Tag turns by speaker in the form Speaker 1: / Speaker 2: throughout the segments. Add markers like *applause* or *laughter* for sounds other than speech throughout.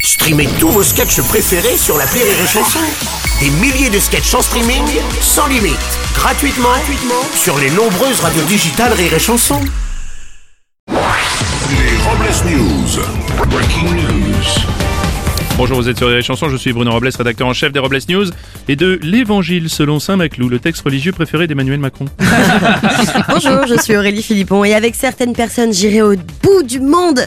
Speaker 1: Streamez tous vos sketchs préférés sur la Rire et Chanson. Des milliers de sketchs en streaming, sans limite, gratuitement, gratuitement sur les nombreuses radios digitales Rire et Chanson.
Speaker 2: Les Robles News. Breaking news.
Speaker 3: Bonjour, vous êtes sur les chansons, je suis Bruno Robles, rédacteur en chef des Robles News et de l'Évangile selon Saint Maclou, le texte religieux préféré d'Emmanuel Macron.
Speaker 4: Bonjour, je suis Aurélie Philippon et avec certaines personnes, j'irai au bout du monde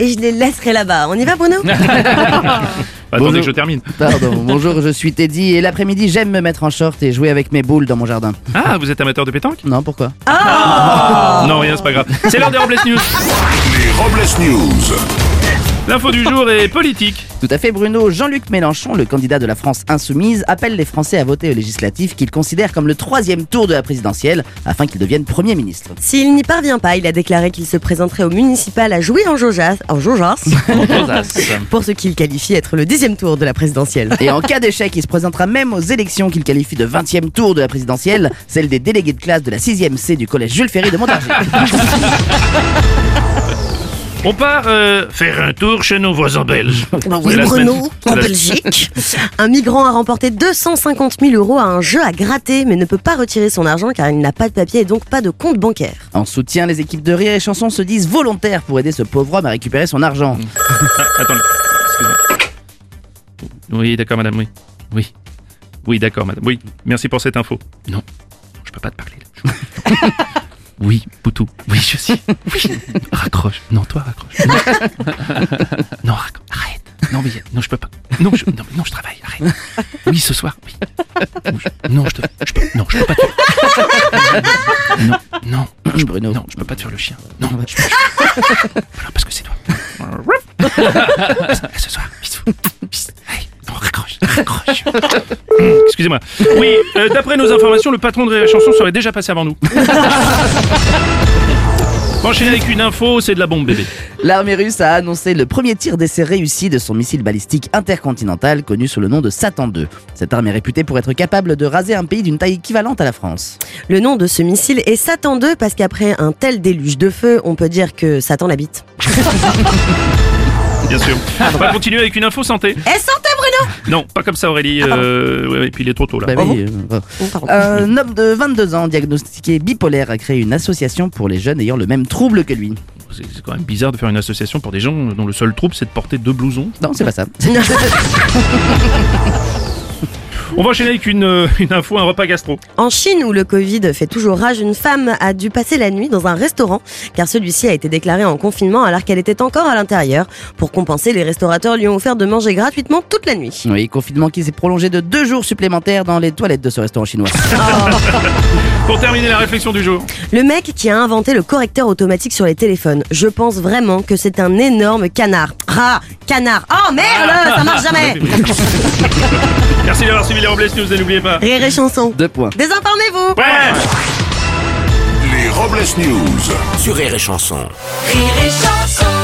Speaker 4: et je les laisserai là-bas. On y va, Bruno
Speaker 3: Ah. Attendez
Speaker 5: Bonjour.
Speaker 3: que je termine.
Speaker 5: Pardon, *laughs* bonjour, je suis Teddy et l'après-midi j'aime me mettre en short et jouer avec mes boules dans mon jardin.
Speaker 3: Ah, vous êtes amateur de pétanque
Speaker 5: Non, pourquoi
Speaker 3: Non, rien, c'est pas grave. C'est l'heure des Robles News.
Speaker 2: Les Robles News.
Speaker 3: L'info du jour est politique.
Speaker 5: Tout à fait Bruno, Jean-Luc Mélenchon, le candidat de la France insoumise, appelle les Français à voter aux législatives qu'il considère comme le troisième tour de la présidentielle afin qu'il devienne Premier ministre.
Speaker 4: S'il n'y parvient pas, il a déclaré qu'il se présenterait au municipal à jouer en Jaujas, en Jaujas, pour ce qu'il qualifie être le dixième tour de la présidentielle.
Speaker 5: Et en cas d'échec, il se présentera même aux élections qu'il qualifie de 20e tour de la présidentielle, celle des délégués de classe de la 6e C du collège Jules Ferry de Montargis.
Speaker 3: On part euh, faire un tour chez nos voisins belges.
Speaker 4: oui,
Speaker 3: C'est la semaine-
Speaker 4: Bruno,
Speaker 3: c'est
Speaker 4: en
Speaker 3: la-
Speaker 4: Belgique, un migrant a remporté 250 000 euros à un jeu à gratter, mais ne peut pas retirer son argent car il n'a pas de papier et donc pas de compte bancaire.
Speaker 5: En soutien, les équipes de rire et chansons se disent volontaires pour aider ce pauvre homme à récupérer son argent.
Speaker 3: Attendez, excusez-moi. Oui, d'accord, madame, oui. Oui. Oui, d'accord, madame. Oui, merci pour cette info. Non, je peux pas te parler. là. Je- Oui, Boutou. Oui, je sais. Oui. Raccroche. Non, toi, raccroche. Non, Non, raccroche. Arrête. Non, mais non, je peux pas. Non, je, non, mais non, je travaille. Arrête. Oui, ce soir. Oui. Non, je, non, je te- je peux, non, je peux pas te Non, non, je peux,
Speaker 5: Hein, Bruno. Ah bah.
Speaker 3: non, je peux pas te faire le chien. Non, je peux, voilà, parce que c'est toi. À ce soir, bisous. Bisous. Allez, non, raccroche, raccroche. Hum, Excusez-moi. Oui, euh, d'après nos informations, le patron de la chanson serait déjà passé avant nous. Enchaîner avec une info, c'est de la bombe bébé.
Speaker 5: *laughs* L'armée russe a annoncé le premier tir d'essai réussi de son missile balistique intercontinental connu sous le nom de Satan 2. Cette arme est réputée pour être capable de raser un pays d'une taille équivalente à la France.
Speaker 4: Le nom de ce missile est Satan 2 parce qu'après un tel déluge de feu, on peut dire que Satan l'habite.
Speaker 3: Bien sûr. On va continuer avec une info santé.
Speaker 4: Eh, santé Bruno
Speaker 3: Non, pas comme ça Aurélie. euh, ouais, et puis il est trop tôt là.
Speaker 5: Bah oui, euh,
Speaker 4: Oh, pardon.
Speaker 5: euh, Un homme de 22 ans diagnostiqué bipolaire a créé une association pour les jeunes ayant le même trouble que lui.
Speaker 3: C'est c'est quand même bizarre de faire une association pour des gens dont le seul trouble c'est de porter deux blousons.
Speaker 5: Non, c'est
Speaker 3: *laughs*
Speaker 5: pas ça.
Speaker 3: On va enchaîner avec une, euh, une info, un repas gastro.
Speaker 4: En Chine, où le Covid fait toujours rage, une femme a dû passer la nuit dans un restaurant car celui-ci a été déclaré en confinement alors qu'elle était encore à l'intérieur. Pour compenser, les restaurateurs lui ont offert de manger gratuitement toute la nuit.
Speaker 5: Oui, confinement qui s'est prolongé de deux jours supplémentaires dans les toilettes de ce restaurant chinois.
Speaker 3: Pour terminer la réflexion du jour.
Speaker 4: Le mec qui a inventé le correcteur automatique sur les téléphones, je pense vraiment que c'est un énorme canard. Ah, canard Oh merde, ça marche jamais
Speaker 3: Merci d'avoir suivi les Robles News et n'oubliez pas.
Speaker 4: Rire et chanson.
Speaker 5: Deux points.
Speaker 4: Désinformez-vous
Speaker 3: Ouais
Speaker 2: Les Robles News.
Speaker 1: Sur Rire et Chanson.
Speaker 6: Rire et chanson